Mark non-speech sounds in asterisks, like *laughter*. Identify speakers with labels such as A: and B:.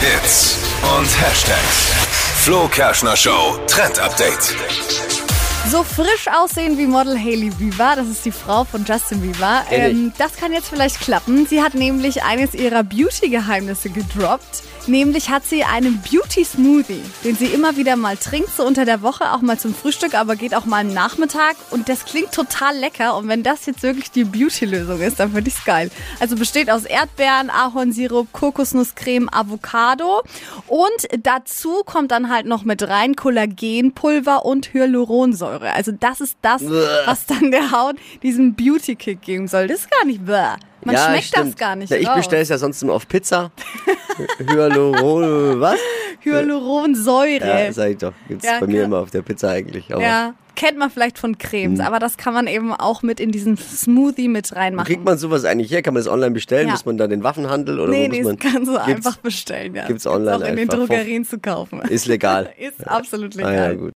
A: Hits und Hashtags. Flo Kerschner Show Trend Update.
B: So frisch aussehen wie Model Hailey Bieber, das ist die Frau von Justin Bieber,
C: Ehrlich?
B: ähm, das kann jetzt vielleicht klappen. Sie hat nämlich eines ihrer Beauty-Geheimnisse gedroppt. Nämlich hat sie einen Beauty-Smoothie, den sie immer wieder mal trinkt, so unter der Woche, auch mal zum Frühstück, aber geht auch mal am Nachmittag. Und das klingt total lecker. Und wenn das jetzt wirklich die Beauty-Lösung ist, dann finde ich's geil. Also besteht aus Erdbeeren, Ahornsirup, Kokosnusscreme, Avocado. Und dazu kommt dann halt noch mit rein Kollagenpulver und Hyaluronsäure. Also das ist das, was dann der Haut diesen Beauty-Kick geben soll. Das ist gar nicht bäh. Man
C: ja,
B: schmeckt das
C: stimmt.
B: gar nicht. Oh,
C: Ja, ich
B: raus.
C: bestelle es ja sonst immer auf Pizza. *laughs* Hyaluron, was?
B: Hyaluronsäure.
C: Ja, sag ich doch. Gibt's
B: Ja,
C: bei mir
B: klar.
C: immer auf der Pizza eigentlich. Aber
B: Ja, kennt man vielleicht von Cremes,
C: Mhm.
B: aber das kann man eben auch mit in diesen Smoothie mit reinmachen.
C: Kriegt man sowas eigentlich her? Kann man das online bestellen?
B: Ja.
C: Muss man da den Waffenhandel oder
B: nee,
C: wo
B: nee,
C: muss man?
B: das kannst du
C: Gibt's-
B: einfach bestellen. Ja.
C: gibt's
B: Gibt's
C: online
B: auch in den
C: einfach. *laughs*
B: Drogerien zu kaufen.
C: Ist legal.
B: *laughs* Ist absolut
C: Ah,
B: legal.
C: ja, gut.